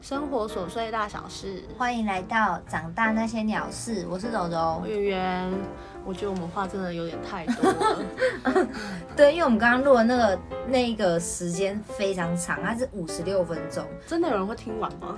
生活琐碎大小事。欢迎来到长大那些鸟事，我是柔柔。圆圆，我觉得我们话真的有点太多了，对，因为我们刚刚录的那个那个时间非常长，它是五十六分钟，真的有人会听完吗？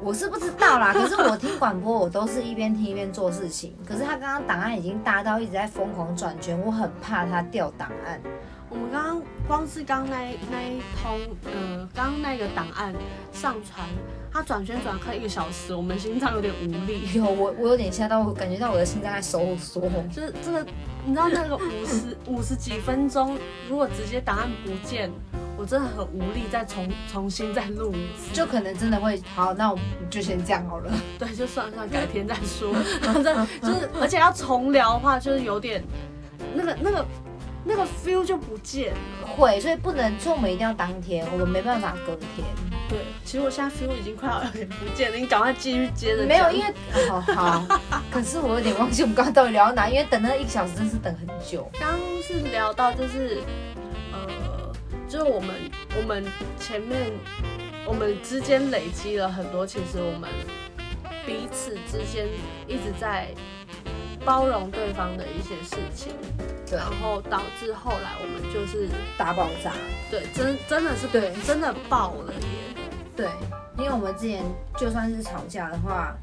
我是不知道 啦。可是我听广播，我都是一边听一边做事情。可是他刚刚档案已经大到一直在疯狂转圈，我很怕它掉档案。 我们刚刚光是刚那一那一通，呃，刚刚那个档案上传，它转圈转快一个小时，我们心脏有点无力。有我，我有点吓到，我感觉到我的心脏在收缩。就是这个，你知道那个五十 五十几分钟，如果直接档案不见，我真的很无力，再重重新再录一次。就可能真的会好，那我们就先这样好了。对，就算算改天再说。反正就是，而且要重聊的话，就是有点那个那个那个 feel 就不见。会，所以不能，所以我们一定要当天，我们没办法隔天。对，其实我现在 feel 已经快要有点不见了，你赶快继续接着。没有，因为好好，可是我有点忘记我们刚刚到底聊到哪，因为等那一个小时真是等很久。刚是聊到就是，呃，就是我们我们前面我们之间累积了很多，其实我们彼此之间一直在包容对方的一些事情，对然后导致后来我们就是大爆炸。对真真的是对真的爆了耶，对，因为我们之前就算是吵架的话，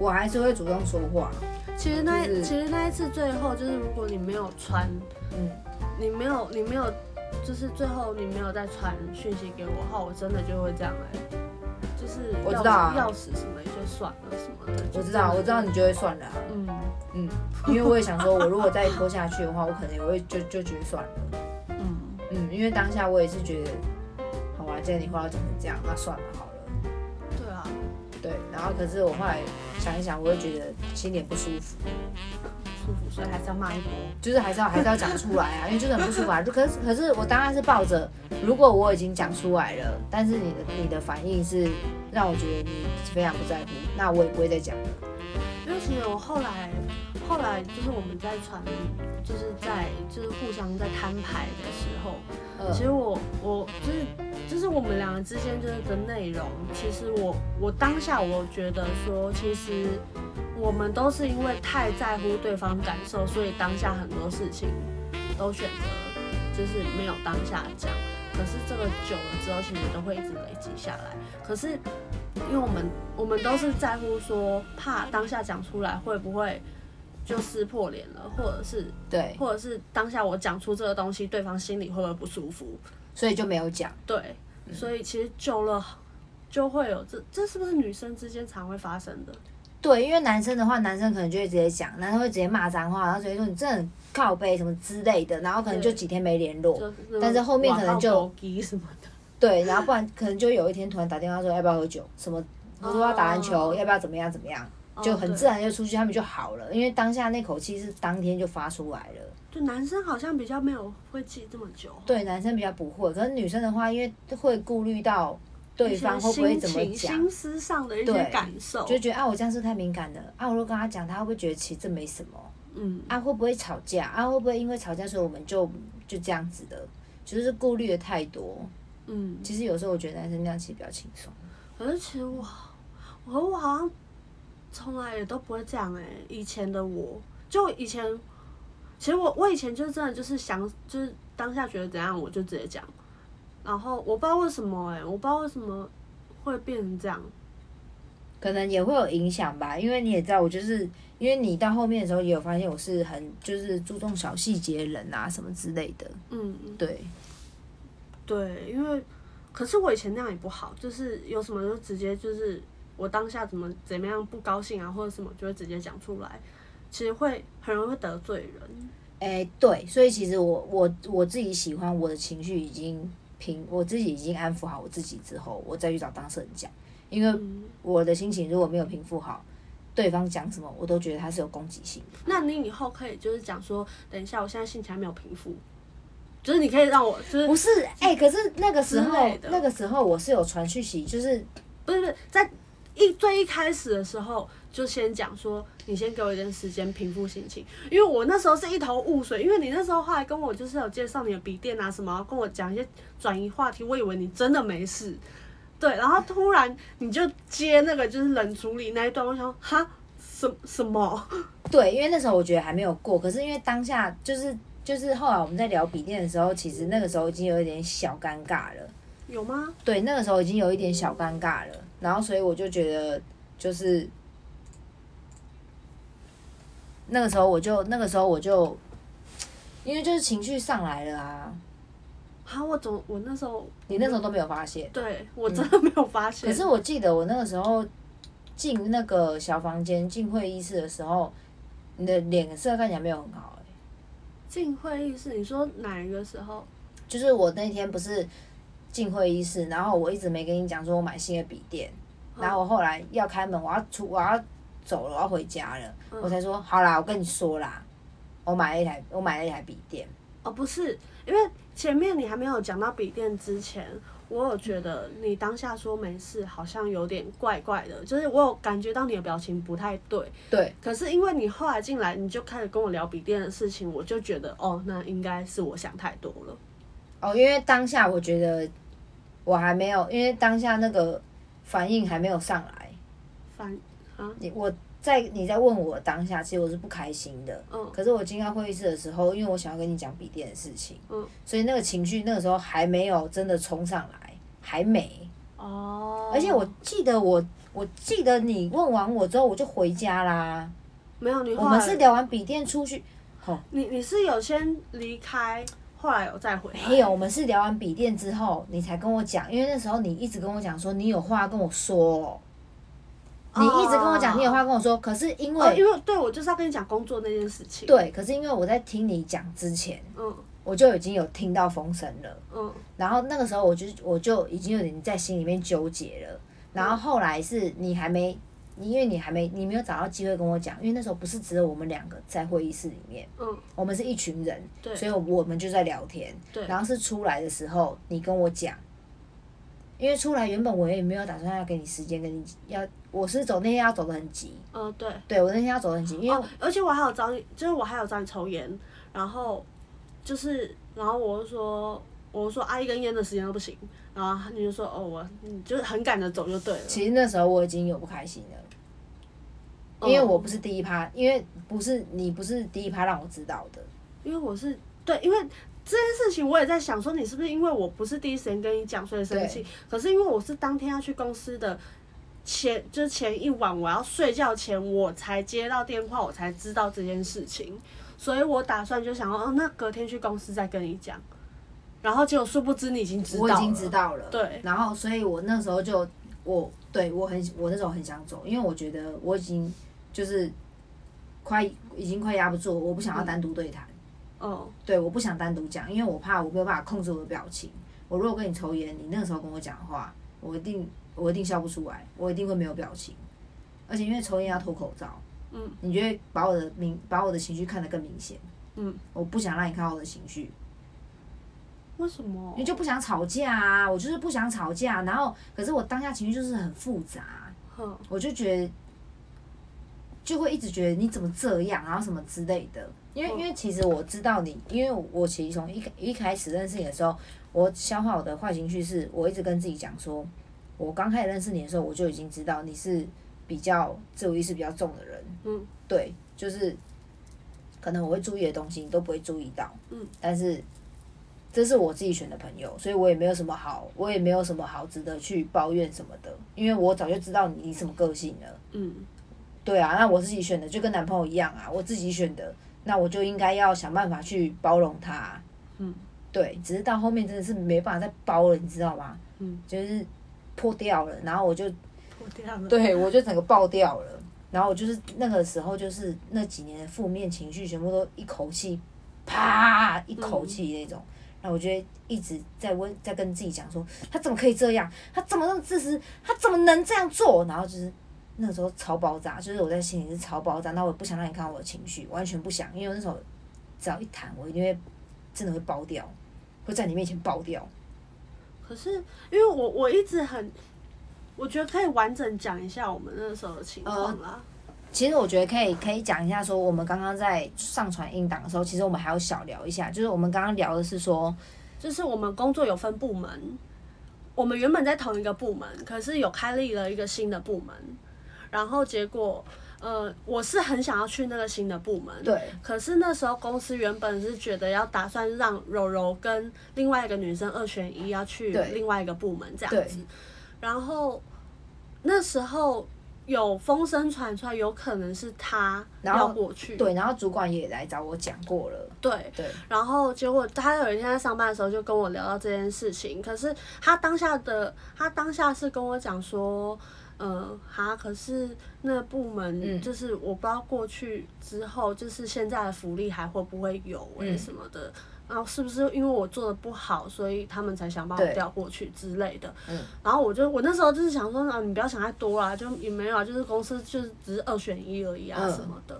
我还是会主动说话。其实那就是其实那一次最后就是，如果你没有传嗯，你没有，你没有，就是最后你没有再传讯息给我的话，我真的就会这样哎、就是我钥知道啊匙钥匙什么也就算了什么的，就我知道，真的我知道你就会算了啊、嗯，嗯，因为我也想说，我如果再拖下去的话，我可能也会就就觉得算了。嗯，嗯，因为当下我也是觉得，好啊吧，既然你话要讲成这样，那算了好了。对啊，对，然后可是我后来想一想，我会觉得心里不舒服，舒服，所以还是要骂一波。就是还是要还是要讲出来啊，因为 就是很不舒服啊。就可是可是我当然是抱着，如果我已经讲出来了，但是你的你的反应是让我觉得你非常不在乎，那我也不会再讲了。因为其实我后来后来就是我们在传，就是在就是互相在摊牌的时候，其呃，实我我就是就是我们两个之间就是的内容，其实我我当下我觉得说，其实我们都是因为太在乎对方感受，所以当下很多事情都选择就是没有当下讲。可是这个久了之后，其实都会一直累积下来。可是因为我们我们都是在乎说，怕当下讲出来会不会就撕破脸了，或者是对，或者是当下我讲出这个东西，对方心里会不会不舒服？所以就没有讲。对，嗯所以其实久了就会有这，这是不是女生之间常会发生的？对，因为男生的话，男生可能就会直接讲，男生会直接骂脏话，然后直接说你真的很靠背什么之类的，然后可能就对几天没联络。就是哦但是后面可能就网络狗急什么的，对，然后不然可能就有一天突然打电话说要不要喝酒，什么，比如说要打篮球，哦要不要怎么样怎么样， 就哦很对自然就出去，他们就好了，因为当下那口气是当天就发出来了。就男生好像比较没有会记这么久，对，男生比较不会，可是女生的话，因为会顾虑到对一些方会不会心怎么情讲心，思上的一些对感受，就觉得啊我这样是不是太敏感了，啊我如果跟他讲，他会不会觉得其实这没什么，嗯，啊会不会吵架，啊会不会因为吵架所以我们就就这样子的，就是顾虑的太多。嗯，其实有时候我觉得男生那样其实比较轻松。可是其实我，我和我好像从来也都不会这样哎、以前的我，就以前，其实我我以前就真的就是想，就是当下觉得怎样我就直接讲，然后我不知道为什么哎、我不知道为什么会变成这样。可能也会有影响吧，因为你也知道，我就是因为你到后面的时候也有发现，我是很就是注重小细节的人啊，什么之类的。嗯，嗯对，对，因为可是我以前那样也不好，就是有什么就直接就是我当下怎么怎么样不高兴啊或者什么就会直接讲出来，其实会很容易会得罪人。哎，对，所以其实我我我自己喜欢我的情绪已经平，我自己已经安抚好我自己之后，我再去找当事人讲，因为嗯，我的心情如果没有平复好，对方讲什么我都觉得他是有攻击性的。那你以后可以就是讲说，等一下，我现在心情还没有平复，就是你可以让我就是不是，哎、可是那个时之候类的那个时候我是有传讯息，就是不是不是在一最一开始的时候就先讲说，你先给我一点时间平复心情，因为我那时候是一头雾水，因为你那时候后来跟我就是有介绍你的笔电啊什么，跟我讲一些转移话题，我以为你真的没事。对，然后突然你就接那个就是冷处理那一段，我想说哈什什么？对，因为那时候我觉得还没有过，可是因为当下就是就是后来我们在聊笔电的时候，其实那个时候已经有一点小尴尬了。有吗？对，那个时候已经有一点小尴尬了，然后所以我就觉得就是那个时候我就那个时候我就因为就是情绪上来了啊，哈，我总我那时候你那时候都没有发现，对我真的没有发现。可是我记得我那个时候进那个小房间进会议室的时候，你的脸色看起来没有很好、欸进会议室，你说哪一个时候？就是我那天不是进会议室，然后我一直没跟你讲说我买新的笔电，嗯然后我后来要开门，我要出，我要走了，我要回家了，嗯我才说好啦，我跟你说啦，我买了一台，我买了一台笔电，哦，不是，因为前面你还没有讲到笔电之前，我有觉得你当下说没事，好像有点怪怪的，就是我有感觉到你的表情不太对。对可是因为你后来进来，你就开始跟我聊笔电的事情，我就觉得哦，那应该是我想太多了。哦，因为当下我觉得我还没有，因为当下那个反应还没有上来，反啊，你我在你在问我当下，其实我是不开心的。嗯可是我进到会议室的时候，因为我想要跟你讲笔电的事情，嗯，所以那个情绪那个时候还没有真的冲上来，还没。哦，而且我记得我，我记得你问完我之后，我就回家啦。没有哦你我后们是来，聊完笔电出去，哦，你你是有先离开，后来有再回来，没有，我们是聊完笔电之后，你才跟我讲，因为那时候你一直跟我讲说你有话跟我说，你一直跟我讲你有话跟我说，可是因哦，因为为对我就是要跟你讲工作那件事情。，对，可是因为我在听你讲之前，嗯我就已经有听到风声了。嗯然后那个时候我就我就已经有点在心里面纠结了。然后后来是你还没，你因为你还没你没有找到机会跟我讲，因为那时候不是只有我们两个在会议室里面，嗯，我们是一群人，对所以我们就在聊天。对然后是出来的时候你跟我讲，因为出来原本我也没有打算要给你时间，跟你要我是走那天要走的很急，呃，对，对我那天要走得很急，因为、哦，而且我还有找你，就是我还有找你抽烟，然后就是，然后我就说，我就说啊，一根烟的时间都不行，然后你就说，哦，我你就是很赶着走就对了，其实那时候我已经有不开心了。嗯因为我不是第一趴，因为不是你不是第一趴让我知道的，因为我是对，因为这件事情我也在想说，你是不是因为我不是第一时间跟你讲，所以生气？可是因为我是当天要去公司的前，就是前一晚我要睡觉前，我才接到电话，我才知道这件事情，所以我打算就想说，哦，那隔天去公司再跟你讲。然后结果殊不知你已经知道我了，已经知道了。对然后所以我那时候就我对我很我那时候很想走，因为我觉得我已经就是快已经快压不住，我嗯不想要单独对谈，哦，对，我不想单独讲，因为我怕我没有办法控制我的表情。我如果跟你抽烟，你那个时候跟我讲话，我一定我一定笑不出来，我一定会没有表情，而且因为抽烟要脱口罩，嗯，你就会把我的明把我的情绪看得更明显，嗯，我不想让你看到我的情绪，为什么因为？就不想吵架啊，我就是不想吵架。啊然后，可是我当下情绪就是很复杂，哼，我就觉得就会一直觉得你怎么这样，然后什么之类的。因为嗯因为其实我知道你，因为我其实从一开一开始认识你的时候，我消化我的坏情绪是，我一直跟自己讲说，我刚开始认识你的时候，我就已经知道你是比较自我意识比较重的人，嗯，对，就是可能我会注意的东西你都不会注意到，嗯，但是这是我自己选的朋友，所以我也没有什么好，我也没有什么好值得去抱怨什么的，因为我早就知道你什么个性了，嗯，对啊，那我自己选的就跟男朋友一样啊，我自己选的，那我就应该要想办法去包容他、啊嗯，对，只是到后面真的是没办法再包了，你知道吗？嗯，就是破掉了，然后我就我掉了。对，我就整个爆掉了。然后我就是那个时候，就是那几年的负面情绪全部都一口气，啪一口气那种。然后我就会一直在问，在跟自己讲说，他怎么可以这样？他怎么那么自私？他怎么能这样做？然后就是那个时候超爆炸，就是我在心里是超爆炸。那我也不想让你看到我的情绪，完全不想，因为我那时候只要一谈，我一定会真的会爆掉，会在你面前爆掉。可是因为我我一直很，我觉得可以完整讲一下我们那时候的情况啦。其实我觉得可以可以讲一下，说我们刚刚在上传音档的时候，其实我们还有小聊一下，就是我们刚刚聊的是说，就是我们工作有分部门，我们原本在同一个部门，可是有开立了一个新的部门，然后结果，呃，我是很想要去那个新的部门，对，可是那时候公司原本是觉得要打算让柔柔跟另外一个女生二选一，要去对另外一个部门这样对子。然后那时候有风声传出来，有可能是他然要后过去，对，然后主管也来找我讲过了，对对，然后结果他有一天在上班的时候就跟我聊到这件事情，可是他当下的他当下是跟我讲说，呃，哈，可是那部门嗯就是我不知道过去之后，就是现在的福利还会不会有哎、嗯什么的。然后是不是因为我做的不好，所以他们才想把我对调过去之类的？嗯然后我就我那时候就是想说，啊，你不要想太多啦，就也没有啊，就是公司就是只是二选一而已啊嗯什么的。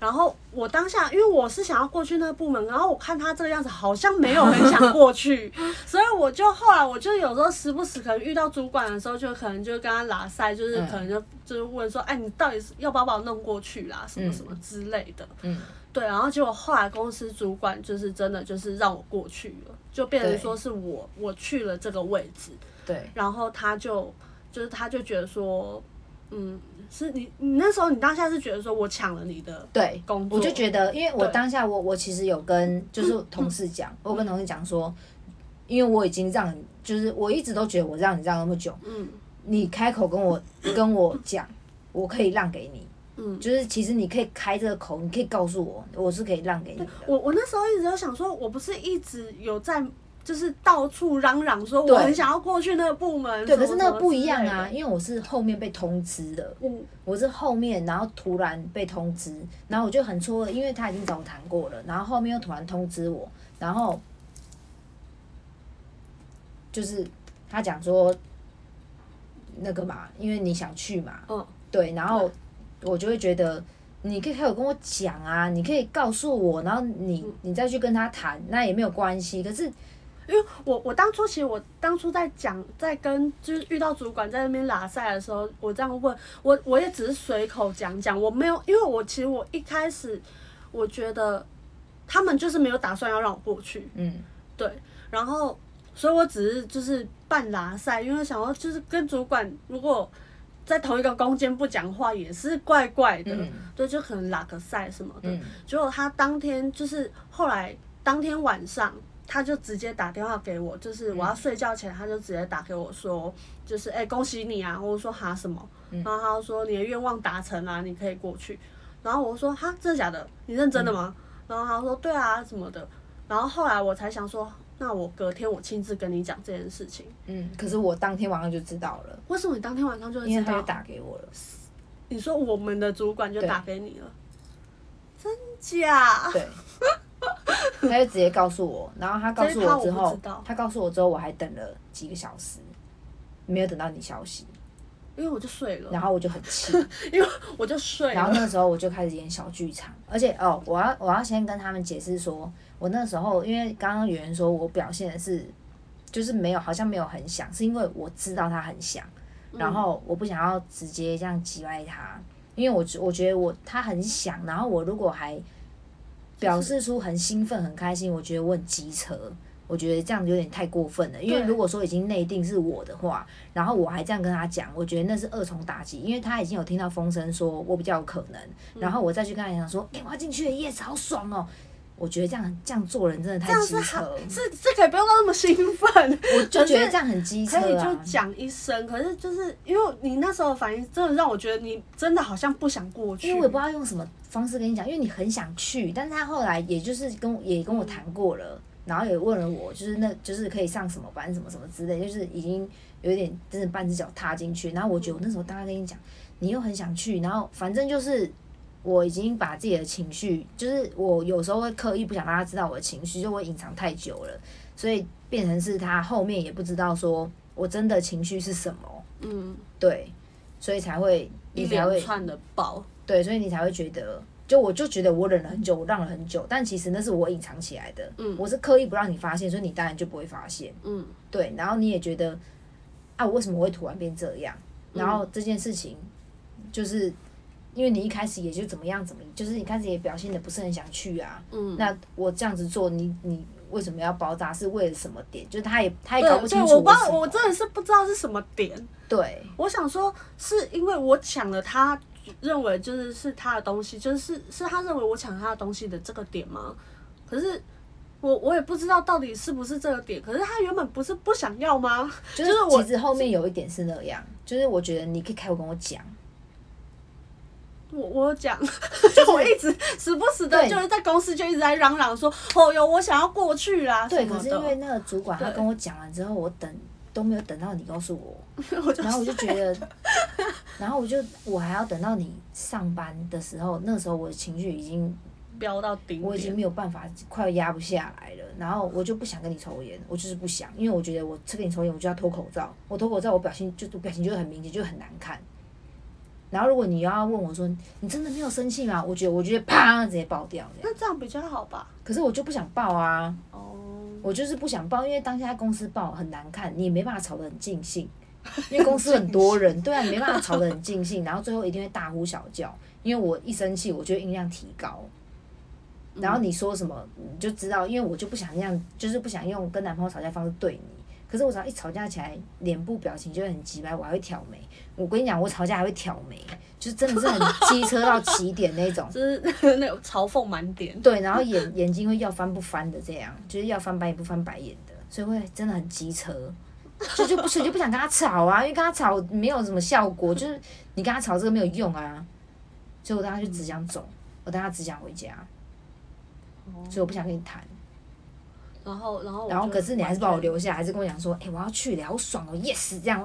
然后我当下，因为我是想要过去那个部门，然后我看他这个样子，好像没有很想过 去，所以我就后来我就有时候时不时可能遇到主管的时候，就可能就跟他拉塞，就是嗯可能就就是问说，哎，你到底是要不要把我弄过去啦，什么嗯什么之类的。嗯，对，然后结果后来公司主管就是真的就是让我过去了，就变成对说是我我去了这个位置，对，然后他就就是他就觉得说，嗯，是你你那时候你当下是觉得说我抢了你的对，工作，哎我就觉得，因为我对当下我我其实有跟就是同事嗯讲，我跟同事讲说，因为我已经让你，就是我一直都觉得我让你让那么久，嗯你开口跟我跟我讲，我可以让给你，嗯，就是其实你可以开这个口，你可以告诉我，我是可以让给你的。我我那时候一直有想说，我不是一直有在就是到处嚷嚷说我对很想要过去那个部门，什对，可么是那什个么不之一样类啊，的，因为我是后面被通知的，嗯我是后面，然后突然被通知，然后我就很错愕，因为他已经找我谈过了，然后后面又突然通知我，然后就是他讲说那个嘛，因为你想去嘛，嗯，对，然后我就会觉得你可以开口跟我讲啊，你可以告诉我，然后你你再去跟他谈，那也没有关系。可是因为我我当初其实我当初在讲在跟就是遇到主管在那边拉塞的时候，我这样问我我也只是随口讲讲，我没有因为我其实我一开始我觉得他们就是没有打算要让我过去，嗯，对，然后所以我只是就是半拉塞，因为想要就是跟主管如果在同一个空间不讲话也是怪怪的，嗯对，就可能拉个塞什么的，嗯结果他当天就是后来当天晚上，他就直接打电话给我，就是我要睡觉前，他就直接打给我说，就是哎、恭喜你啊，我说哈什么，嗯然后他就说你的愿望达成啦、你可以过去。然后我说哈真的假的？你认真的吗？嗯然后他说对啊什么的。然后后来我才想说，那我隔天我亲自跟你讲这件事情。嗯，可是我当天晚上就知道了，为什么你当天晚上就会因知为他就道？打给我了。 你说我们的主管就对打给你了，真假？对，他就直接告诉我，然后他告诉这一趴我之我不后知道，他告诉我之后，我还等了几个小时，没有等到你消息，因为我就睡了，然后我就很气， 我就睡然了后。那个时候我就开始演小剧场，而且哦，我要我要先跟他们解释说，我那时候因为刚刚有人说我表现的是，就是没有好像没有很想，是因为我知道他很想，然后我不想要直接这样击败他，因为我觉我觉得我他很想，然后我如果还表示出很兴奋很开心，我觉得我很机车。我觉得这样有点太过分了，因为对如果说已经内定是我的话，然后我还这样跟他讲，我觉得那是二重打击，因为他已经有听到风声说我比较有可能，嗯然后我再去跟他讲说，哎、我要进去了，yes，好爽哦。我觉得这样这样做人真的这太样机是车好，，是这个也不用到那么兴 奋，我就觉得这样很机车可以就啊。讲一声。可是就是因为你那时候的反应，真的让我觉得你真的好像不想过去。因为我也不知道用什么方式跟你讲，因为你很想去，但是他后来也就是跟我也跟我谈过了，然后也问了我，就是那就是可以上什么班什么什么之类，就是已经有点真的半只脚踏进去。然后我觉得我那时候大概跟你讲，你又很想去，然后反正就是我已经把自己的情绪，就是我有时候会刻意不想让他知道我的情绪，就会隐藏太久了，所以变成是他后面也不知道说我真的情绪是什么，嗯，对，所以才会一你才会连串的爆，对，所以你才会觉得，就我就觉得我忍了很久，我让了很久，但其实那是我隐藏起来的，嗯我是刻意不让你发现，所以你当然就不会发现，嗯，对，然后你也觉得，啊，我为什么会突然变这样？然嗯后这件事情，就是因为你一开始也就怎么样怎么，就是你一开始也表现的不是很想去啊，嗯，那我这样子做，你你为什么要包扎，是为了什么点，就是他也他也搞不对对，清我楚不为知道，什么。我真的是不知道是什么点。对我想说，是因为我抢了他认为就是是他的东西，就是是他认为我抢他的东西的这个点吗？可是我我也不知道到底是不是这个点。可是他原本不是不想要吗？就就是是我其实后面有一点是那样，就是我觉得你可以开口跟我讲，我我有讲，就 是我一直时不时的对就是在公司就一直在嚷嚷说，哦哟，我想要过去啦啊什对，么可是因为的，那个主管他对跟我讲完之后，我等都没有等到你告诉我， 我就然后我就觉得，然后我就我还要等到你上班的时候，那时候我的情绪已经飙到顶我已经点。没有办法，快要压不下来了。然后我就不想跟你抽烟，我就是不想，因为我觉得我跟你抽烟，我就要脱口罩。我脱口罩，我表情就我表情就很明显，就很难看。然后如果你要问我说你真的没有生气吗？我觉得我觉得啪直接爆掉这样。那这样比较好吧？可是我就不想爆啊，哦，我就是不想爆，因为当下在公司爆很难看，你也没办法吵得很尽兴，因为公司很多人，对啊，你没办法吵得很尽兴，然后最后一定会大呼小叫，因为我一生气，我就会音量提高。然后你说什么你就知道，因为我就不想那样，就是不想用跟男朋友吵架方式对你。可是我只要一吵架起来，脸部表情就会很急白，我还会挑眉。我跟你讲，我吵架还会挑眉，就是真的是很机车到极点那种。就是那种嘲讽满点。对，然后眼眼睛会要翻不翻的这样，就是要翻白眼不翻白眼的，所以会真的很机车，就就不所以就不想跟他吵啊，因为跟他吵没有什么效果，就是你跟他吵这个没有用啊，所以我当时就只想走，我当时只想回家，所以我不想跟你谈。然后，哦然后我就完全，然后可是你还是把我留下，还是跟我讲说，哎、我要去了，好爽哦，yes 这样，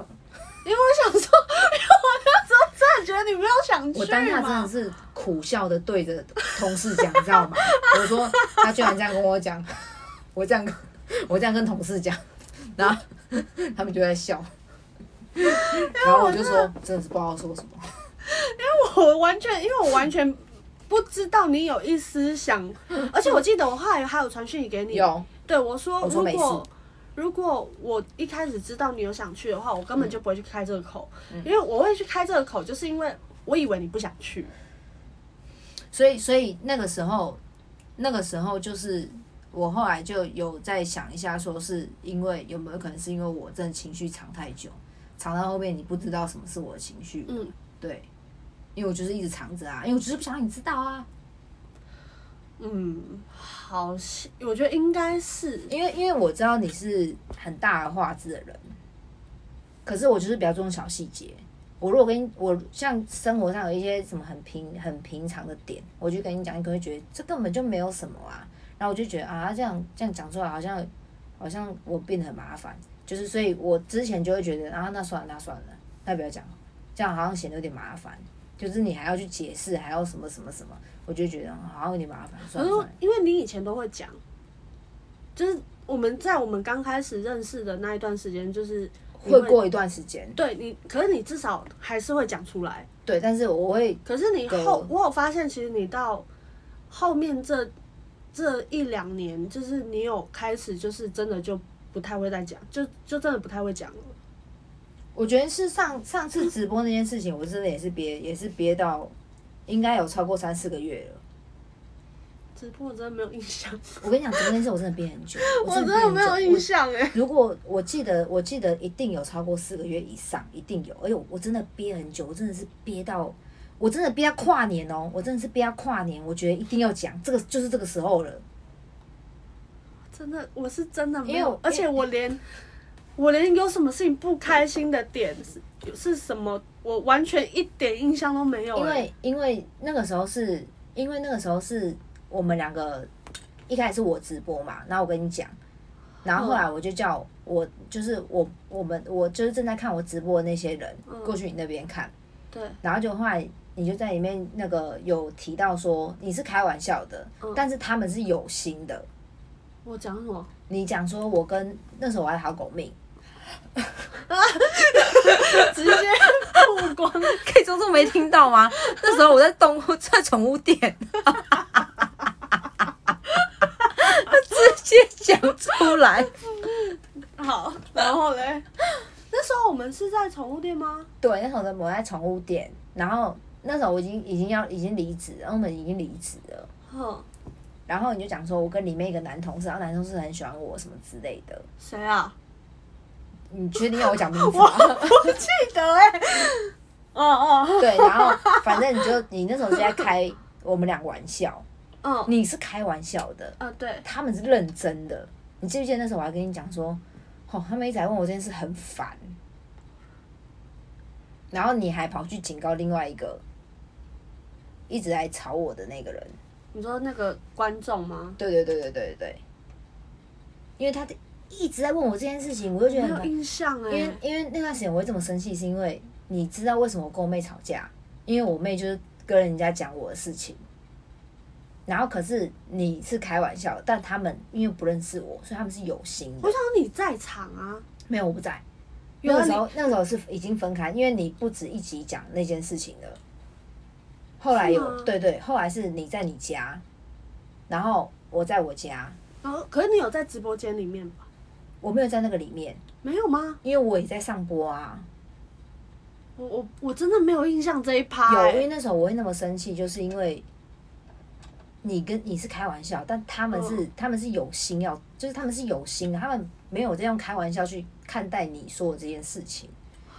因为我想说，因为 我那时候真的觉得你没有想去我当下真的嘛，是苦笑的对着同事讲，你知 道吗？我说他居然这样跟我讲，我这样跟我这样跟同事讲，然后 他们就在 笑，然哎后我就说真的是不知道说什么。我完全，因为我完全不知道你有一丝想，而且我记得我后来还有传讯给你，有，对我说，我说如没果事如果我一开始知道你有想去的话，我根本就不会去开这个口，因为我会去开这个口，就是因为我以为你不想去，所以所以那个时候，那个时候就是我后来就有在想一下，说是因为有没有可能是因为我真的情绪藏太久，藏到后面你不知道什么是我的情绪，嗯，对，因为我就是一直藏着啊，因为我只是不想让你知道啊。嗯，好像，我觉得应该是，因为因为我知道你是很大而化之的人，可是我就是比较注重小细节。我如果跟你我像生活上有一些什么很平很平常的点，我就跟你讲，你可能会觉得这根本就没有什么啊。然后我就觉得啊，这样这样讲出来好像好像我变得很麻烦，就是所以我之前就会觉得啊，那算了那算了，那不要讲，这样好像显得有点麻烦，就是你还要去解释，还要什么什么什么，我就觉得嗯好像有点麻烦，可算是了算了。因为你以前都会讲，就是我们在我们刚开始认识的那一段时间，就是你会过一段时间，对你，可是你至少还是会讲出来。对，但是我会可是你对后，我有发现，其实你到后面这这一两年，就是你有开始，就是真的就不太会再讲，就就真的不太会讲了。我觉得是上上次直播那件事情，我真的也是憋，也是憋到应该有超过三四个月了。直播我真的没有印 象，我跟你讲，直播那件事我真的憋很 久，我真真的的没憋很久有印。象哎、我如果我记得，我记得一定有超过四个月以上，一定有。哎呦，我真的憋很久，我真的是憋到，我真的憋到跨年哦，我真的是憋到跨年。我觉得一定要讲，这个就是这个时候了。真的，我是真的没因为有我，而且我连我连有什么事情不开心的点是是什么，我完全一点印象都没有、因欸。为因为那个时候是因为那个时候是我们两个一开始是我直播嘛，然后我跟你讲，然后后嗯来我就叫我就是我我们我就是正在看我直播的那些人嗯过去你那边看，对，然后就后来你就在里面那个有提到说你是开玩笑的，嗯但是他们是有心的。我讲什么？你讲说我跟那时候我还好狗命， 直接曝光。可以装作没听到 吗？那时候我在动物 在宠物店，直接讲出来。好，然后嘞， 那时候我们是在宠物店吗？对，那时候的我在宠物店，然后那时候我已经已经要已经离职了，然后我们已经离职了。哼，然后你就讲说我跟里面一个男同事，然后男同事很喜欢我什么之类的。谁啊？你确定要我讲名 字吗？不记得哎、 哦哦，对，然后反正你就你那时候就在开我们俩玩笑，嗯，你是开玩笑的，啊对，他们是认真的。你记不记得那时候我还跟你讲说，哦，他们一直在问我这件事很烦，然后你还跑去警告另外一个一直来吵我的那个人。你说那个观众吗？对对对对对对，因为他一直在问我这件事情，我就觉没得很有烦。印象哎、因为因为那段时间我会这么生气，是因为你知道为什么我跟我妹吵架？因为我妹就是跟人家讲我的事情，然后可是你是开玩笑，但他们因为不认识我，所以他们是有心的我。想你在场啊，没有，我不在。原那来个时候，那个时候是已经分开，因为你不止一集讲那件事情了。后来是有吗对对，后来是你在你家，然后我在我家，然后可是你有在直播间里面吧？我没有在那个里面，没有吗？因为我也在上播啊。我我我真的没有印象这一趴、有，欸，因为那时候我会那么生气，就是因为你跟你是开玩笑，但他们是、他们是有心要，就是他们是有心的，他们没有这样开玩笑去看待你说的这件事情，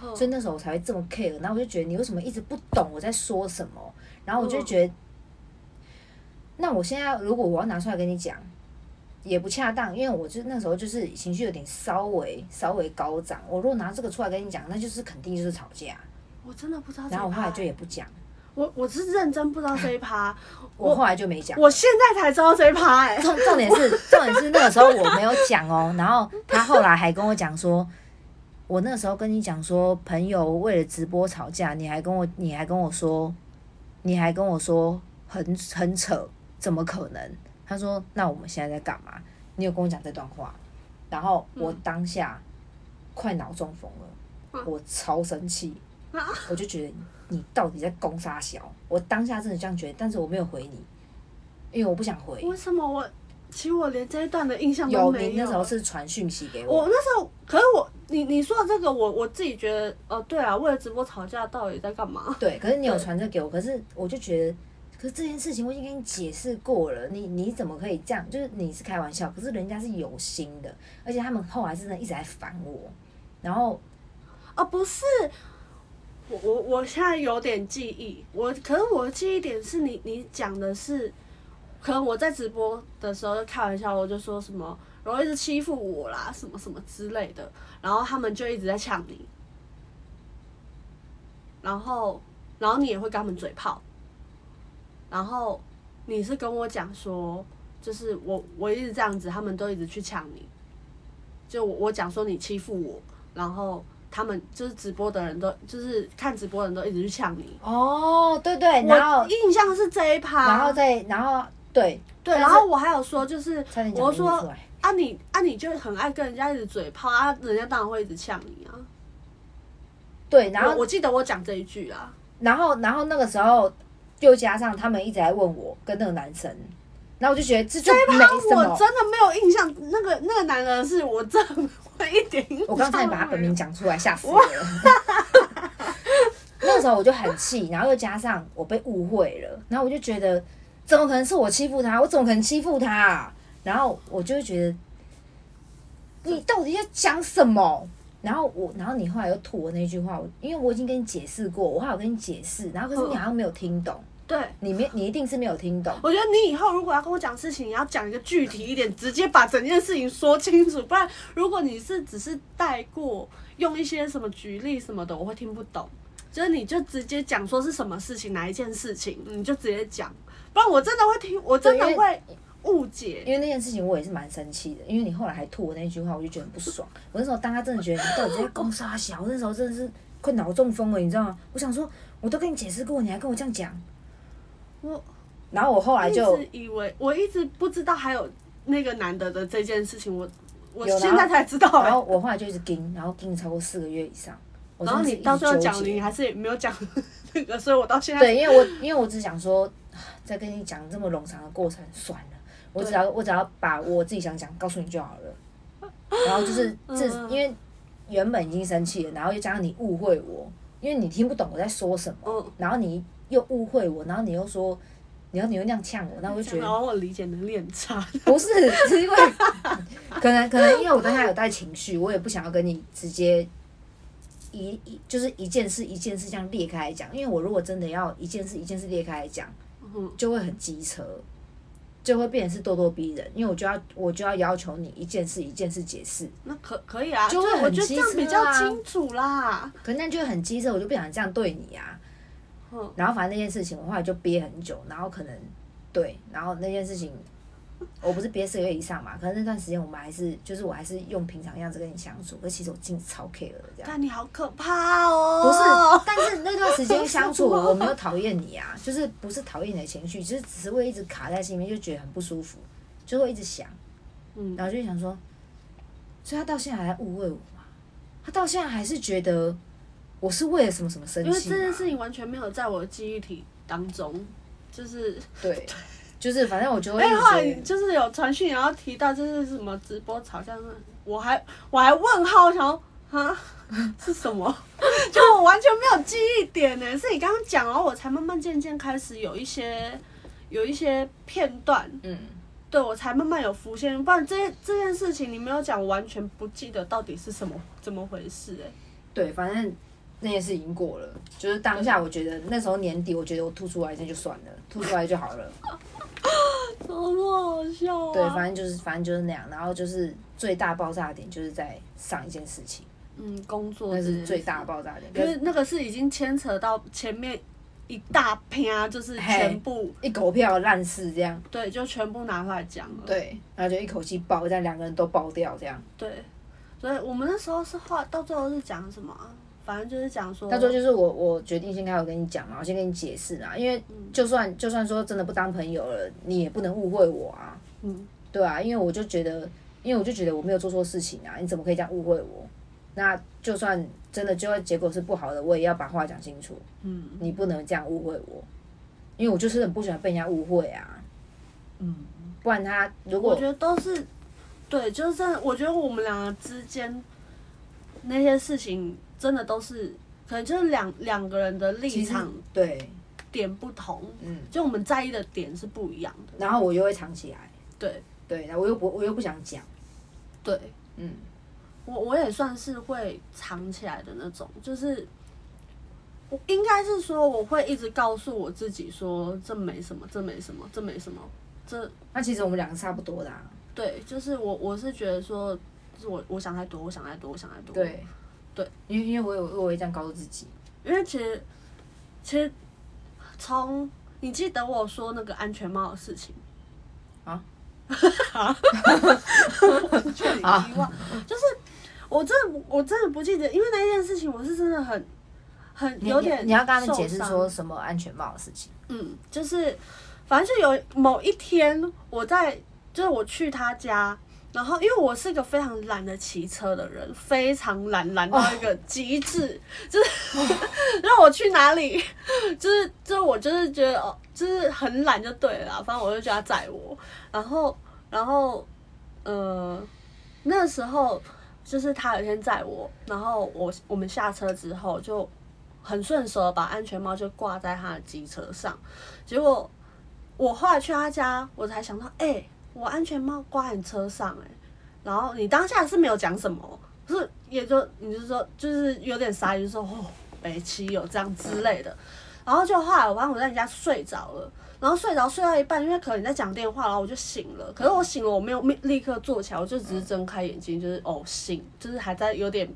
哦所以那时候我才会这么 care。然后我就觉得你为什么一直不懂我在说什么，然后我就觉得，那我现在如果我要拿出来跟你讲。也不恰当，因为我就那时候就是情绪有点稍微稍微高涨，我如果拿这个出来跟你讲，那就是肯定就是吵架。我真的不知道这一趴。欸然后我后来就也不讲，我我是认真不知道这一趴，我后来就没讲。我现在才知道这一趴哎、重重点是，重点是那个时候我没有讲哦，然后他后来还跟我讲说，我那时候跟你讲说，朋友为了直播吵架，你还跟我，你还跟我说，你还跟我说很很扯，怎么可能？他说，那我们现在在干嘛？你有跟我讲这段话，然后我当下快脑中风了，我超生气，我就觉得你到底在攻杀小，我当下真的这样觉得，但是我没有回你，因为我不想回。为什么我其实我连这一段的印象都有，没你那时候是传讯息给我，我那时候，可是我你你说的这个，我我自己觉得，哦，对啊，为了直播吵架到底在干嘛？ 对，可是你有传这给我，可是我就觉得，可是这件事情我已经跟你解释过了，你你怎么可以这样？就是你是开玩笑，可是人家是有心的，而且他们后来真的一直在烦我，然后哦，不是，我我我现在有点记忆，我可是我的记忆点是你你讲的是，可能我在直播的时候就开玩笑，我就说什么，哦然后一直欺负我啦，什么什么之类的，然后他们就一直在呛你，然后然后你也会跟他们嘴炮，然后你是跟我讲说，就是我我一直这样子，他们都一直去呛你，就我我讲说你欺负我，然后。他们就是直播的人都，就是看直播的人都一直去呛你。哦，对对，然我后印象是这一趴，然后再然后对对，但然是嗯后我还有说，就是差点讲我名字出说来，啊你啊你就很爱跟人家一直嘴炮啊，人家当然会一直呛你啊。对，然我后我记得我讲这一句啊，然后然后那个时候又加上他们一直在问我跟那个男生，然后我就觉得这就没什啊我么。真的没有印象，那个那个男人是我真的我一点印象我刚才把他都本没有名讲出来，吓死我了。 那时候我就很气，然后又加上我被误会了，然后我就觉得怎么可能是我欺负他？我怎么可能欺负他啊、然后我就会觉得你到底在讲什么？然后我，然后你后来又吐我那句话，我因为我已经跟你解释过，我还有跟你解释，然后可是你好像没有听懂，对。你没，你一定是没有听懂。我觉得你以后如果要跟我讲事情，你要讲一个具体一点，直接把整件事情说清楚。不然，如果你是只是带过，用一些什么举例什么的，我会听不懂。就是你就直接讲说是什么事情，哪一件事情，你就直接讲，不然我真的会听，我真的对因会误解。因为那件事情我也是蛮生气的，因为你后来还吐我那句话，我就觉得很不爽。我那时候当他真的觉得你到底在攻杀小，我那时候真的是快脑中风了，你知道吗？我想说，我都跟你解释过，你还跟我这样讲。我然后我后来一就直以为，我一直不知道还有那个男的的这件事情，我我有啦现在才知道、然欸。后我后来就一直盯，然后盯超过四个月以上。我然后真的你是一直到最后讲纠了，结你还是也没有讲那个，所以我到现在对，因为我因为我只想说，啊在跟你讲这么冗长的过程，算了，我只要我只要把我自己想讲告诉你就好了。然后就是这，嗯因为原本已经生气了，然后又加上你误会我，因为你听不懂我在说什么，嗯然后你又误会我，然后你又说你要你又那样呛我，那我就觉然得后我理解能力很差， 不是，是因为可能可能因为我当下有带情绪，我也不想要跟你直接一一就是一件事一件事这样裂开来讲，因为我如果真的要一件事一件事裂开来讲，嗯，就会很机车，就会变成是咄咄逼人，因为我就要我就要要求你一件事一件事解释，那可可以啊，就会是我很觉得这样比机车较啊清楚啦。可那就很机车，我就不想这样对你啊。嗯，然后反正那件事情，我后来就憋很久，然后可能对，然后那件事情，我不是憋四个月以上嘛，可能那段时间我们还是就是我还是用平常样子跟你相处，可是其实我真的超 care 的这样。但你好可怕哦！不是，但是那段时间相处，我没有讨厌你啊，就是不是讨厌你的情绪，就是只是会一直卡在心里面，就觉得很不舒服，就会一直想，嗯然后就想说，所以他到现在还在误会我嘛？他到现在还是觉得我是为了什么什么生因为气嘛？这件事情完全没有在我的记忆体当中，就是对，就是反正我就会一哎、直后觉来得。就是有传讯，然后提到就是什么直播吵架，我还我还问号，我想说啊 是什么？ 就我完全没有记忆点呢，是你刚刚讲，然后我才慢慢渐渐开始有一些有一些片段，嗯，对我才慢慢有浮现，不然这件这件事情你没有讲，我完全不记得到底是什么怎么回事哎、对，反正那件事已经过了，就是当下我觉得那时候年底，我觉得我吐出来那就算了，吐出来就好 了。怎么那么好笑啊？对，反正就是反正就是那样，然后就是最大爆炸点就是在上一件事情，嗯，工作那这件是事最大爆炸点，因跟为那个是已经牵扯到前面一大篇，就是嘿全部一狗票烂事这样。对，就全部拿出来讲了。对，然后就一口气爆，这样两个人都爆掉这样。对，所以我们那时候是话到最后是讲什么啊？反正就是讲说，他说就是我我决定先开口跟你讲嘛，我先跟你解释嘛，因为嗯就算就算说真的不当朋友了，你也不能误会我啊。嗯，对啊，因为我就觉得，因为我就觉得我没有做错事情啊，你怎么可以这样误会我？那就算真的就会结果是不好的，我也要把话讲清楚。嗯，你不能这样误会我，因为我就是很不喜欢被人家误会啊。嗯，不然他如我果觉得都是对，就是真的，我觉得我们两个之间那些事情真的都是，可能就是两两个人的立其实场对，点不同，嗯，就我们在意的点是不一样的。然后我又会藏起来，对对，然后我又不我又不想讲，对，嗯，我我也算是会藏起来的那种，就是我应该是说我会一直告诉我自己说这没什么，这没什么，这没什么，这那其实我们两个差不多的、啊，对，就是我我是觉得说，就是我我想太多，我想太多，我想太多，，对，对，因为因为我有我会这样告诉自己，因为其实其实从你记得我说那个安全帽的事情 啊？我就很遗啊忘，就是我真的我真的不记得，因为那件事情我是真的很很你有点你你要跟他们解释受伤说什么安全帽的事情，嗯，就是反正就有某一天，我在就是我去他家，然后因为我是一个非常懒得骑车的人，非常懒懒到一个极致，就是 让我去哪里，就是就是我就是觉得哦，就是很懒就对了啦，反正我就叫他载我，然后然后呃那时候。就是他有一天载我，然后我我们下车之后就很顺手地把安全帽就挂在他的机车上，结果我后来去他家，我才想到，哎、我安全帽挂在你车上、哎，然后你当下是没有讲什么，可是也就你就说就是有点傻眼，就说哦，北七有这样之类的，然后就后来我发现我在你家睡着了。然后睡着睡到一半，因为可能你在讲电话，然后我就醒了。可是我醒了，我没有立立刻坐起来，我就只是睁开眼睛，就是哦醒，就是还在有点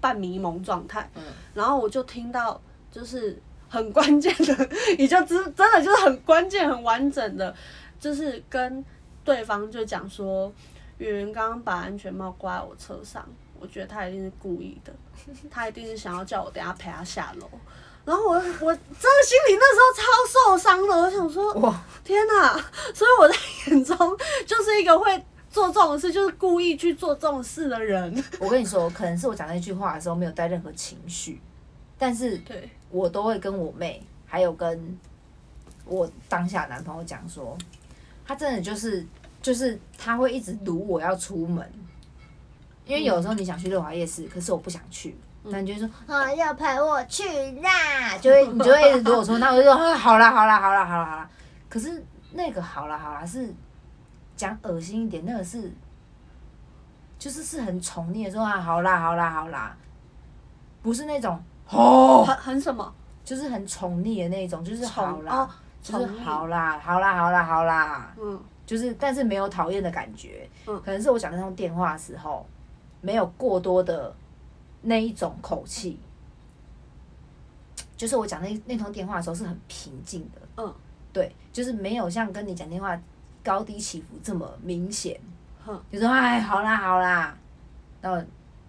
半迷蒙状态。然后我就听到就是很关键的， 你就知真的就是很关键、很完整的，就是跟对方就讲说，圆圆刚刚把安全帽挂在我车上，我觉得他一定是故意的，他一定是想要叫我等下陪他下楼。然后我我真的心里那时候超受伤的，我想说哇，天哪！所以我在眼中就是一个会做这种事，就是故意去做这种事的人。我跟你说，可能是我讲那句话的时候没有带任何情绪，但是对，我都会跟我妹，还有跟我当下男朋友讲说，他真的就是就是他会一直堵我要出门，因为有时候你想去乐华夜市，可是我不想去。那你就会说啊，要陪我去啦，就会你就会如果说，那我就说啊，好啦好啦好啦好啦好啦，可是那个好啦好啦，是讲恶心一点，那个是就是是很宠溺的说啊，好啦好啦好啦，不是那种哦，很很什么？就是很宠溺的那种，就是好宠啦，哦，就是宠溺好啦好啦好啦好啦，嗯就是但是没有讨厌的感觉，嗯可能是我讲那通电话的时候没有过多的那一种口气，就是我讲那那通电话的时候是很平静的，嗯，对，就是没有像跟你讲电话高低起伏这么明显，哼，就说哎好啦好啦，然后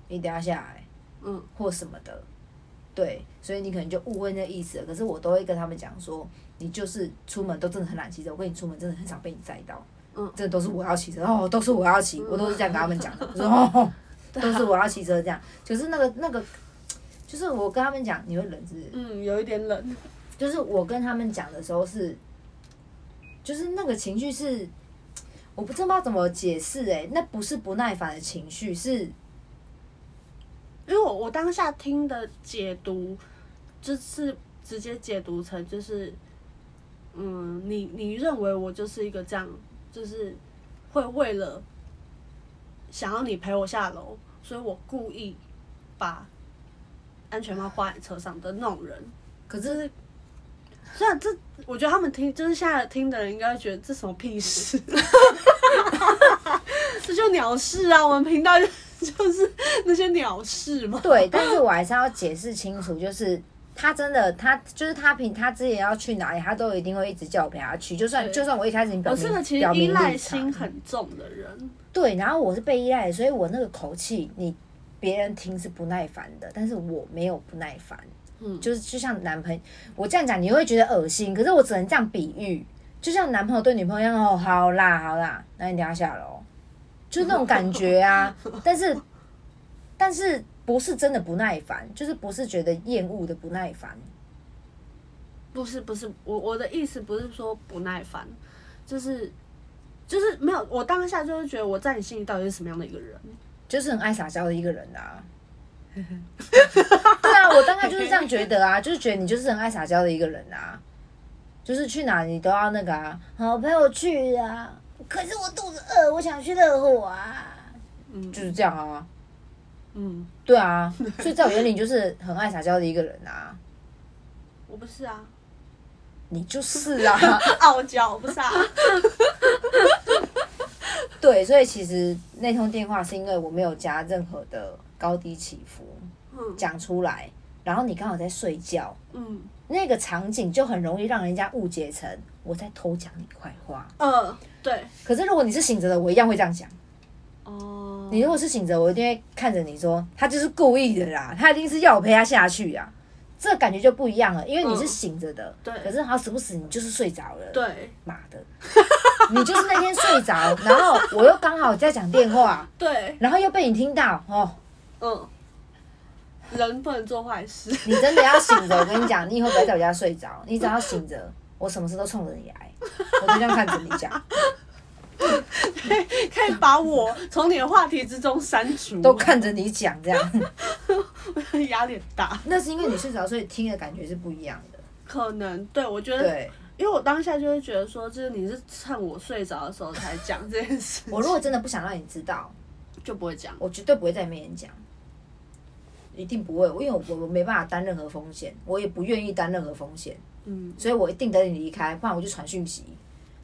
你等一下下来嗯或什么的，对，所以你可能就误会那意思了，可是我都会跟他们讲说。你就是出门都真的很懒骑车，我跟你出门真的很少被你载到，嗯，这都是我要骑车哦，都是我要骑，嗯我都是这样跟他们讲的，我说哦，都是我要骑车这样，就是那个那个，就是我跟他们讲，你会冷是不是嗯，有一点冷，就是我跟他们讲的时候是，就是那个情绪是，我不知道怎么解释哎、那不是不耐烦的情绪，是因为我我当下听的解读就是直接解读成就是，嗯，你你认为我就是一个这样，就是会为了想要你陪我下楼，所以我故意把安全帽挂在车上的那种人。可是虽然这，我觉得他们听，就是现在听的人应该觉得这什么屁事， 这就鸟事啊！我们频道就就是那些鸟事嘛。对，但是我还是要解释清楚，就是。他真的，他就是他平他之前要去哪里，他都一定会一直叫我陪他去。就算对哦就算我一开始已经表我明是个其实表明依赖立场心很重的人，对，然后我是被依赖的，所以我那个口气，你别人听是不耐烦的，但是我没有不耐烦，嗯就是就像男朋友，我这样讲你会觉得恶心，可是我只能这样比喻，就像男朋友对女朋友一样，哦，好啦好啦，那你等一下下楼，就是那种感觉啊，但是但是不是真的不耐烦，就是不是觉得厌恶的不耐烦，不是不是，我我的意思不是说不耐烦，就是就是没有，我当下就是觉得我在你心里到底是什么样的一个人？就是很爱撒娇的一个人啊。对啊，我大概就是这样觉得啊，就是觉得你就是很爱撒娇的一个人啊，就是去哪你都要那个啊，好陪我去啊。可是我肚子饿，我想去热火啊，嗯就是这样啊。嗯，对啊，所以在我眼里你就是很爱撒娇的一个人啊，我不是啊， 你就是啊。傲娇我不是啊，对，所以其实那通电话是因为我没有加任何的高低起伏嗯讲出来，然后你刚好在睡觉，嗯那个场景就很容易让人家误解成我在偷讲你坏话。呃对可是如果你是醒着的，我一样会这样讲。哦，你如果是醒着，我一定会看着你说，他就是故意的啦，他一定是要我陪他下去啊。这感觉就不一样了，因为你是醒着的，对可是好死不死你就是睡着了，，对妈的，你就是那天睡着，然后我又刚好在讲电话，对然后又被你听到，哦，嗯，人不能做坏事， 你真的要醒着，我跟你讲，你以后不要在我家睡着，你只要醒着，我什么事都冲着你来，我就这样看着你讲。可以把我从你的话题之中删除，都看着你讲这样。 压力很大，那是因为你睡着，所以听的感觉是不一样的。可能对我觉得对因为我当下就会觉得说，就是你是趁我睡着的时候才讲这件事 情，我如果真的不想让你知道，就不会讲。我绝对不会在你面前讲，一定不会，因为我我我没办法担任何风险，我也不愿意担任何风险，嗯所以我一定等你离开，不然我就传讯息。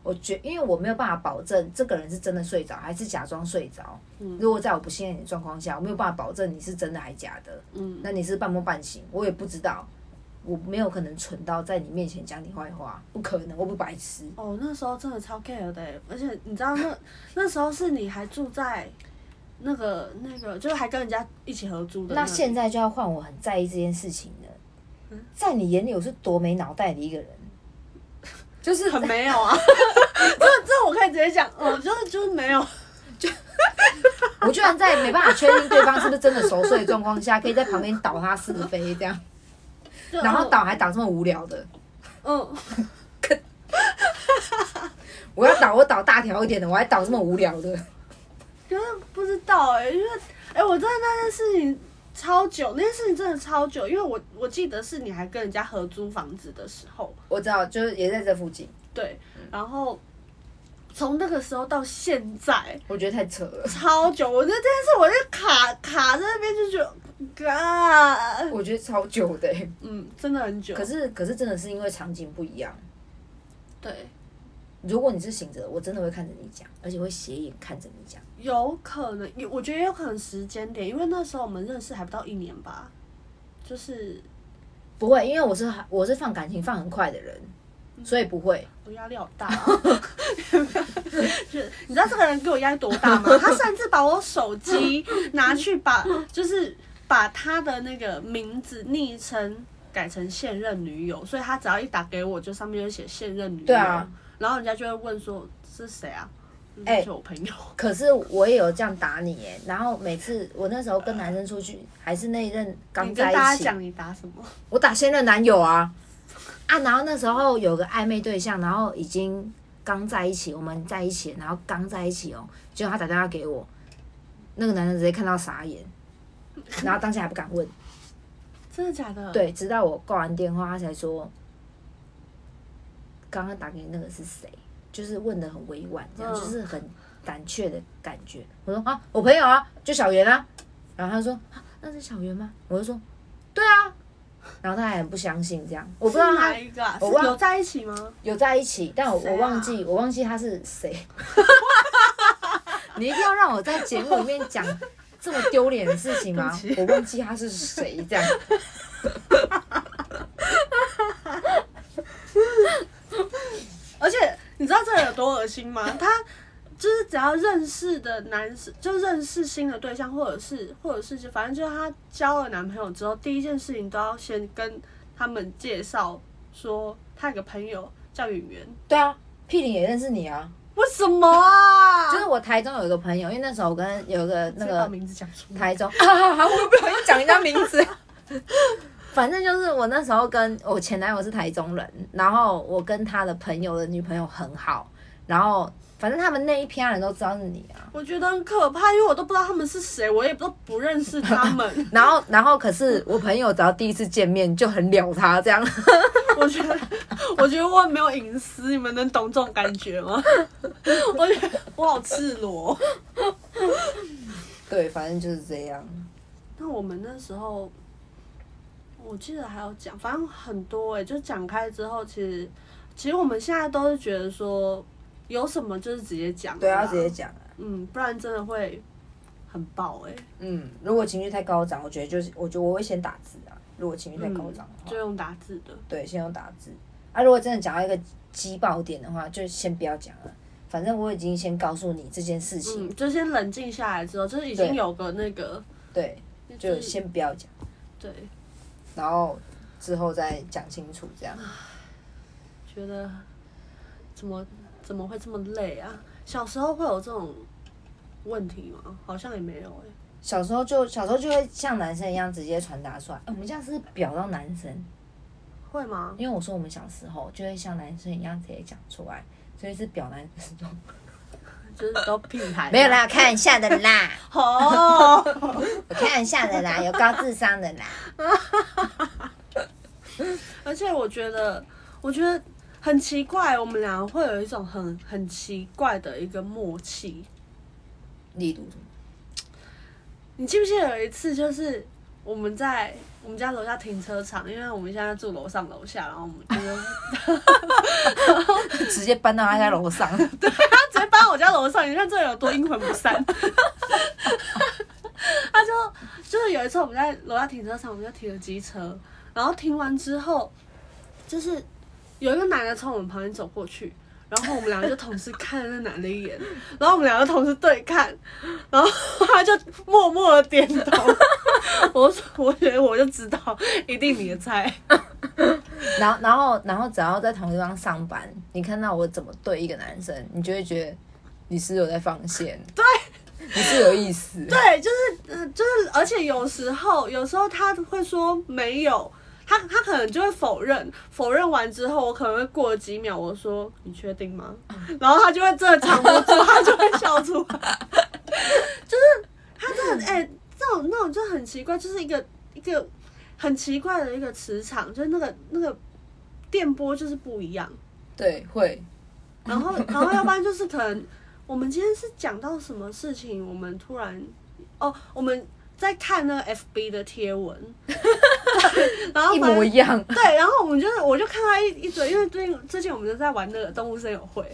我觉，因为我没有办法保证这个人是真的睡着还是假装睡着。嗯如果在我不信任你的状况下，我没有办法保证你是真的还假的。嗯，那你是半梦半醒，我也不知道，我没有可能蠢到在你面前讲你坏话，不可能，我不白痴。哦，那时候真的超 care 的欸，而且你知道那那时候是你还住在那个那个，就是还跟人家一起合租的那里现在就要换我很在意这件事情嗯了，在你眼里我是多没脑袋的一个人，就是很没有啊， 这这我可以直接讲，我就是就是没有， 我居然在没办法确定对方是不是真的熟睡的状况下，可以在旁边倒他是非这 样，就然后倒还倒这么无聊的，嗯，我要倒我倒大条一点的，我还倒这么无聊 的，就是不知道哎、因为哎、我真的那件事情超久，那件事情真的超久，因为我我记得是你还跟人家合租房子的时候，我知道就是也在这附近，对，然后从那个时候到现在我觉得太扯了。超久，我觉得这件事我就卡卡在那边就觉得。God， 我觉得超久 的欸、嗯，真的很久。可是可是真的是因为场景不一样。对，如果你是醒着，我真的会看着你讲，而且会斜眼看着你讲。有可能，有我觉得也有可能时间点，因为那时候我们认识还不到一年吧，就是不会，因为我是我是放感情放很快的人，所以不会。我压力好大、 啊，就是你知道这个人给我压力多大 吗？他甚至把我手机拿去把，就是把他的那个名字昵称改成现任女友，所以他只要一打给我，就上面就写现任女友。对啊，然后人家就会问说是谁啊？哎是我朋友。可是我也有这样打你耶，然后每次我那时候跟男生出去，还是那一任刚你在跟大家一起，讲你打什么？我打现任男友啊啊，然后那时候有个暧昧对象，然后已经刚在一起，我们在一起，然后刚在一起哦，结果他打电话给我，那个男生直接看到傻眼，然后当下还不敢问，真的假的？，对，直到我挂完电话，他才说，刚刚打给你那个是谁？就是问的很委婉，这样、嗯就是很胆怯的感觉。我说啊，我朋友啊，就小圆啊。然后他说啊，那是小圆吗？我就说对啊。然后他还很不相信这样，我我不知道他哪一个、啊，我是忘有在一起吗？有在一起，但我、谁啊我忘记我忘记他是 谁。你一定要让我在节目里面讲这么丢脸的事情吗 对？我忘记他是谁这样。而且你知道这个有多恶心 吗？他就是只要认识的男生，就认识新的对象，或者是或者是就反正就是他交了男朋友之后，第一件事情都要先跟他们介绍说他有个朋友叫演员，对啊，屁林也认识你啊。为什么啊？就是我台中有一个朋友，因为那时候我跟有一个那直接把个名字讲出来，台 中啊，好，我不小心讲人家名字。反正就是我那时候跟我前男友是台中人，然后我跟他的朋友的女朋友很好，然后反正他们那一批人都知道是你啊。我觉得很可怕，因为我都不知道他们是谁，我也都不认识他 们。然后，然后可是我朋友只要第一次见面就很了他这样，我觉得，我觉得我很没有隐私，你们能懂这种感觉吗？ 我觉得我好赤裸。对，反正就是这样。那我们那时候，我记得还有讲，反正很多哎、就讲开之后，其实其实我们现在都是觉得说，有什么就是直接讲，对，要直接，讲啊。嗯，不然真的会很爆哎、嗯，如果情绪太高涨，我觉得就是，我觉得我会先打字啊。如果情绪太高涨啊的嗯话，就用打字的，对，先用打字。啊，如果真的讲到一个激爆点的话，就先不要讲了。反正我已经先告诉你这件事情，嗯，就先冷静下来之后，就是已经对有个那个，对，就先不要讲，对，然后之后再讲清楚这样。觉得怎么怎么会这么累啊？小时候会有这种问题吗？好像也没有哎、小时候就小时候就会像男生一样直接传达出来，哎我们这样是不是表到男生，会吗？因为我说我们小时候就会像男生一样直接讲出来，所以是表男生中就是都屁孩，没有，啦，开玩笑的啦，哦。我开玩笑的啦，有高智商的啦，而且我觉得，我觉得很奇怪，我们俩会有一种很很奇怪的一个默契。 例如什么？ 你记不记得有一次，就是我们在我们家楼下停车场，因为我们现在住楼上楼下，然后我们就是直接搬到他家楼上，他直接搬我家楼上，你看这有多阴魂不散。他就就是有一次我们在楼下停车场，我们就停了机车，然后停完之后，就是有一个男的从我们旁边走过去，然后我们两个就同时看了那男的一眼，然后我们两个同时对看，然后他就默默的点头。我说，我觉得我就知道，一定你的菜。然后，然后，然后，只要在同一个地方上班，你看到我怎么对一个男生，你就会觉得你是有在放线，对，你是有意思，对，对，就是呃就是，而且有时候有时候他会说没有，他他可能就会否认，否认完之后，我可能会过几秒，我说你确定吗？ 然后他就会真的藏不住，他就会笑出来， 就是他真的哎、这种那种就很奇怪，就是一个一个很奇怪的一个磁场，就是那个那个电波就是不一样。对，会，然 后，然后要不然就是可能我们今天是讲到什么事情，我们突然哦，我们在看那个 FB 的贴文， 对然后一发模一样。对，然后我们就是，我就看到一一堆，因为最近最近我们就在玩那个动物森友会，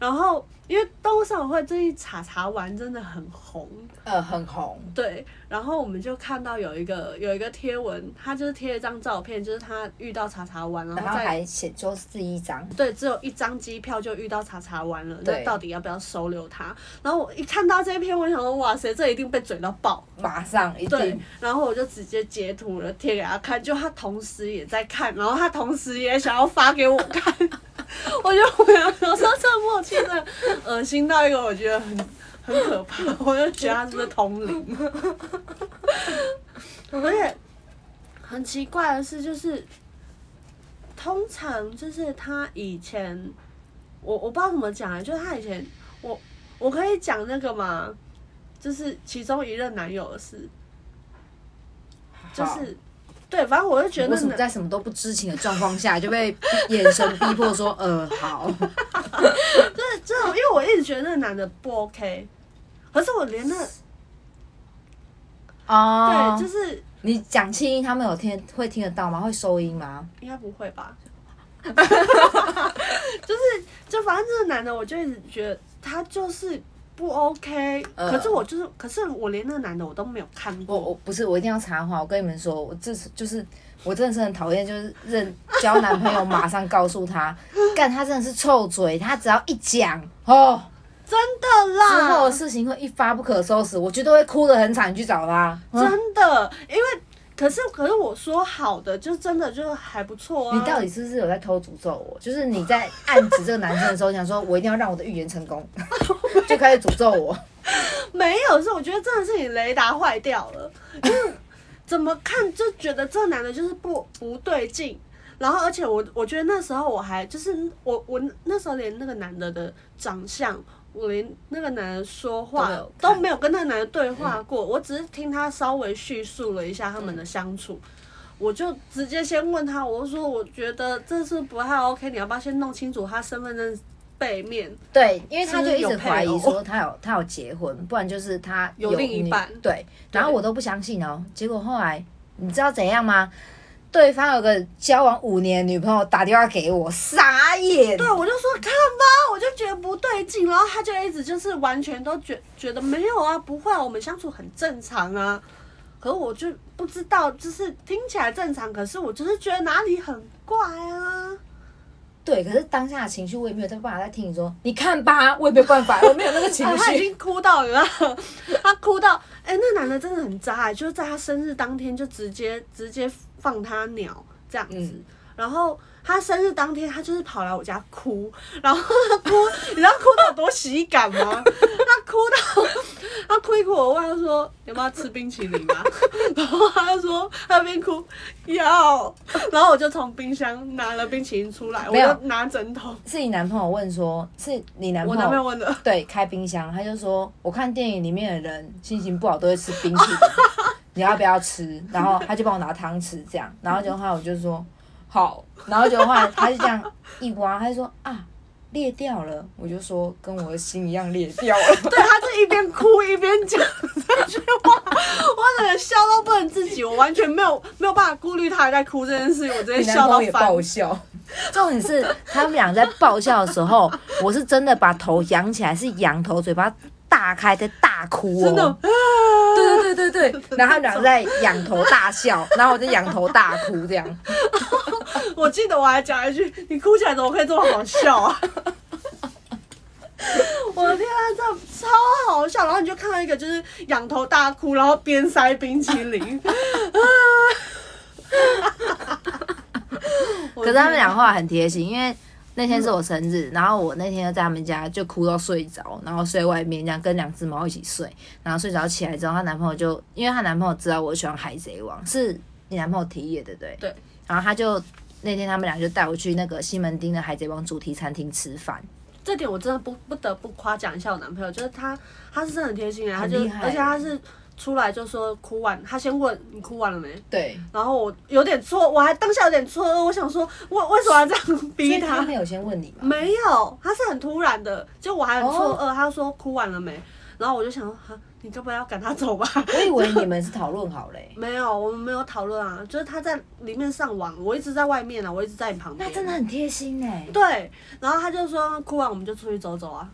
然后因为动物森友会最近查查玩真的很红，呃，很红，对，然后我们就看到有一个有一个贴文，他就是贴了一张照片，就是他遇到查查玩，然然后后在还写说是一张，对，只有一张机票就遇到查查湾了，对那到底要不要收留他？然后我一看到这篇，我想说，哇塞，这一定被嘴到爆。马上一对定，然后我就直接截图了贴给他看，就他同时也在看，然后他同时也想要发给我看， 我就回想说这默契真的恶心到一个我觉得很很可怕，我就觉得他是不是通灵？ 而且很奇怪的是，就是通常就是他以前，我我不知道怎么讲啊，就是他以前我我可以讲那个嘛，就是其中一任男友的事，就好是对，反正我就觉得为什那么男在什么都不知情的状况下就被 眼神逼迫说，呃，好，就是真的，因为我一直觉得那男的不 OK，可是我连那哦，对就是你讲气音，他们有听会听得到吗？会收音吗？应该不会 吧，就是就反正这个男的，我就一直觉得他就是不 OK，、呃哦可是我就是，可是我连那个男的我都没有看我过，我不是，我一定要插话。我跟你们说，我这是就是我真的是很讨厌，就是认交男朋友马上告诉他，干他真的是臭嘴，他只要一讲哦，真的之啦，后的事情会一发不可收拾，我绝对会哭得很惨，你去找他。嗯真的，因为可是可是我说好的，就真的就还不错啊。你到底是不是有在偷诅咒我？就是你在暗指这个男生的时候，想说我一定要让我的预言成功， 就开始诅咒我。没有？是我觉得真的是你雷达坏掉了，因为怎么看就觉得这男的就是不不对劲。然后，而且我我觉得那时候我还就是我我那时候连那个男的的长相，我连那个男的说话都没有看嗯都没有跟那个男的对话过，我只是听他稍微叙述了一下他们的相处。我就直接先问他，我就说我觉得这是不太 OK，你要不要先弄清楚他身份证背面？对，因为他是就一直有配怀疑偶说他有 他有结婚，不然就是他有另一女半对，然后我都不相信哦。结果后来你知道怎样吗？对方有个交往五年的女朋友打电话给我，傻眼。对，我就说看吧，我就觉得不对劲，然后他就一直就是完全都觉觉得没有啊，不会啊，我们相处很正常啊。可是我就不知道，就是听起来正常，可是我就是觉得哪里很怪啊。对，可是当下的情绪我也没有办法再听你说，你看吧，我也没有办法，我没有那个 情 啊他已绪。经哭到了， 他哭到，哎、那男的真的很渣、欸，就是在他生日当天就直接直接放他鸟这样子。嗯然后他生日当天，他就是跑来我家哭，然后他哭， 你知道哭到有多喜感吗？他哭到他哭一哭，我问他说有没有要吃冰淇淋啊？ 然后他就说他边哭要，然后我就从冰箱拿了冰淇淋出来，我没有就拿枕头，是你男朋友问说，是你男我朋男朋友友问的。对开冰箱，他就说我看电影里面的人心情不好都会吃冰淇淋，你要不要吃？然后他就帮我拿汤匙这样，然后就后来我就说好，然后就后来他就这样一挖，他就说啊裂掉了，我就说跟我的心一样裂掉 了，对，他是一边哭一边讲这句话，我整个笑到不能自己，我完全没有没有办法顾虑他还在哭这件事情，我直接你男笑朋到友也翻。爆笑。重点是他们俩在爆笑的时候，我是真的把头仰起来，是仰头，嘴巴大开在大哭哦，真的，对对对对对， 然后他们两个在仰头大 笑，然后我就仰头大哭这 样。我记得我还讲一句：“你哭起来怎么可以这么好笑啊？”我的天啊，这超好笑！然后你就看到一个就是仰头大哭，然后边塞冰淇 淋。啊可是他们俩后来很贴心，因为那天是我生日，然后我那天就在他们家就哭到睡着，然后睡外面这样跟两只猫一起睡，然后睡着起来之后，她男朋友就因为她男朋友知道我喜欢海贼王，是你男朋友提议的对不对？对。然后他就那天他们俩就带我去那个西门町的海贼王主题餐厅吃饭，这点我真的不不得不夸奖一下我男朋友，就是他，他是真的很贴心啊，他就很厉害而且他是出来就说哭完，他先问你哭完了没，对，然后我有点错，我还当下有点错愕，我想说，我为什么要这样所逼以他他？没有先问你嘛？没有，他是很突然的，就我还很错愕，他说哭完了没，然后我就想说，哈，你该不会要赶他走吧？ 我以为你们是讨论好嘞、没有，我们没有讨论啊，就是他在里面上网，我一直在外面啊，我一直在你旁边。那真的很贴心哎、对，然后他就说哭完我们就出去走走啊。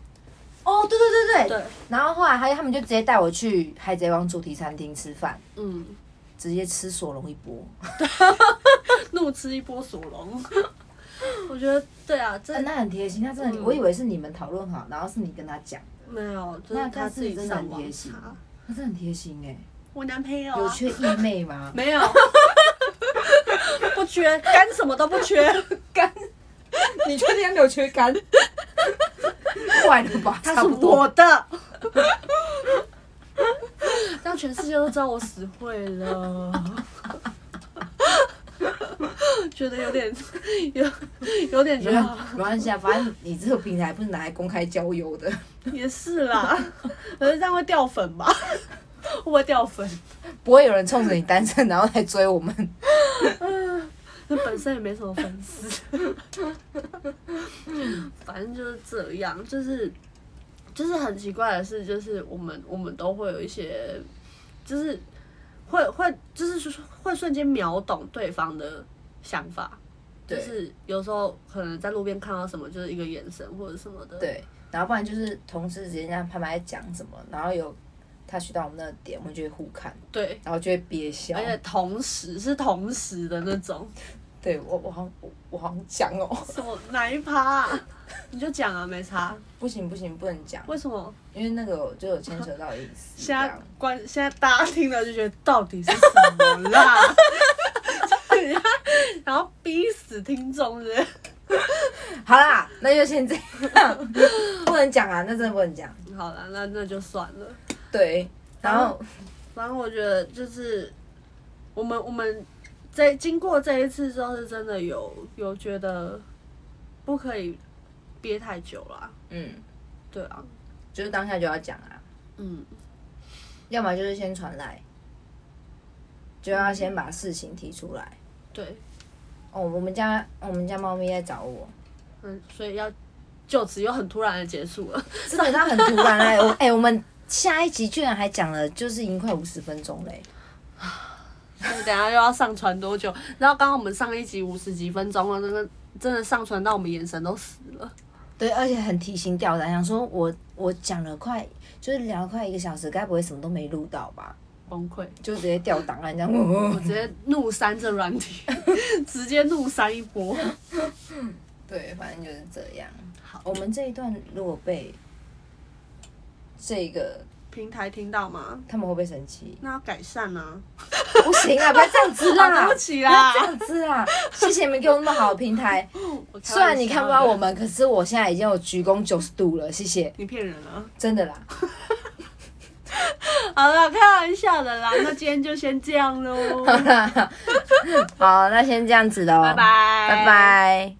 哦，对对对对。对，然后后来还他们就直接带我去海贼王主题餐厅吃饭，嗯，直接吃索隆一波。怒吃一波索隆。 我觉得对啊，这真的很贴心，他真的，嗯我以为是你们讨论好，然后是你跟他讲，没有，就是那他他自己是真的上很网贴心查。他真的很贴心哎、我男朋友有啊，缺义妹 吗？没有，不缺，干什么都不 缺。干，你确定有缺干？ 坏了吧？他差是不多我 的，让全世界都知道我死会了。 觉得有点有有点觉没有得没关系啊，反正你这个平台不是拿来公开交友的，也是啦，可是这样会掉粉吧？ 会不会掉粉？不会有人冲着你单身然后来追我们。那本身也没什么粉丝， 反正就是这样，就是就是很奇怪的事，就是我们我们都会有一些，就是会会就是会瞬间秒懂对方的想法，就对是有时候可能在路边看到什么，就是一个眼神或者什么的，对，然后不然就是同事之间这样拍拍在讲什么，然后有他去到我们那个点，我们就会互看，对，然后就会憋笑而。且同时是同时的那 种，对我，我好像我我好像讲 哦，什么哪一趴、啊？你就讲啊，没差。不行不行，不能讲，为什么因为那个我就有牵扯到隐私。这现在样关现在大家听了就觉得到底是什么啦？ 然后逼死听众是好啦，那就先这样，不能讲啊，那真的不能讲。不是好了，那那就算了。对，然后反正我觉得就是我们我们在经过这一次之后，是真的有有觉得不可以憋太久啦。嗯，对啊，就是当下就要讲啊，嗯，要么就是先传来，就要先把事情提出来。对，哦，我们家我们家猫咪在找我，嗯，所以要就此又很突然的结束了。真的，它很突然哎、我哎、我们下一集居然还讲了，就是已经快五十分钟哎嘞、所以等一下又要上传多久？然后刚刚我们上一集五十几分钟了，真的真的上传到我们眼神都死了。对，而且很提心吊胆，想说我我讲了快，就是聊了快一个小时，该不会什么都没录到吧？崩溃，就直接掉档案这样。哦我直接怒删这软 体，直接怒删一波。对，反正就是这样。好，我们这一段如果被这个，平台听到吗？？他们会不会生气那要改善啊！不行啊，不要这样子啦， 啊对不起不要这啦，样子啦。谢谢你们给我那么好的平台，我开玩笑的虽然你看不到我，们，可是我现在已经有鞠躬九十度了，谢谢，你骗人啊了。真的啦。好了，开玩笑的啦。那今天就先 这样喽， 好，那先这样子喽，哦拜拜，拜。拜。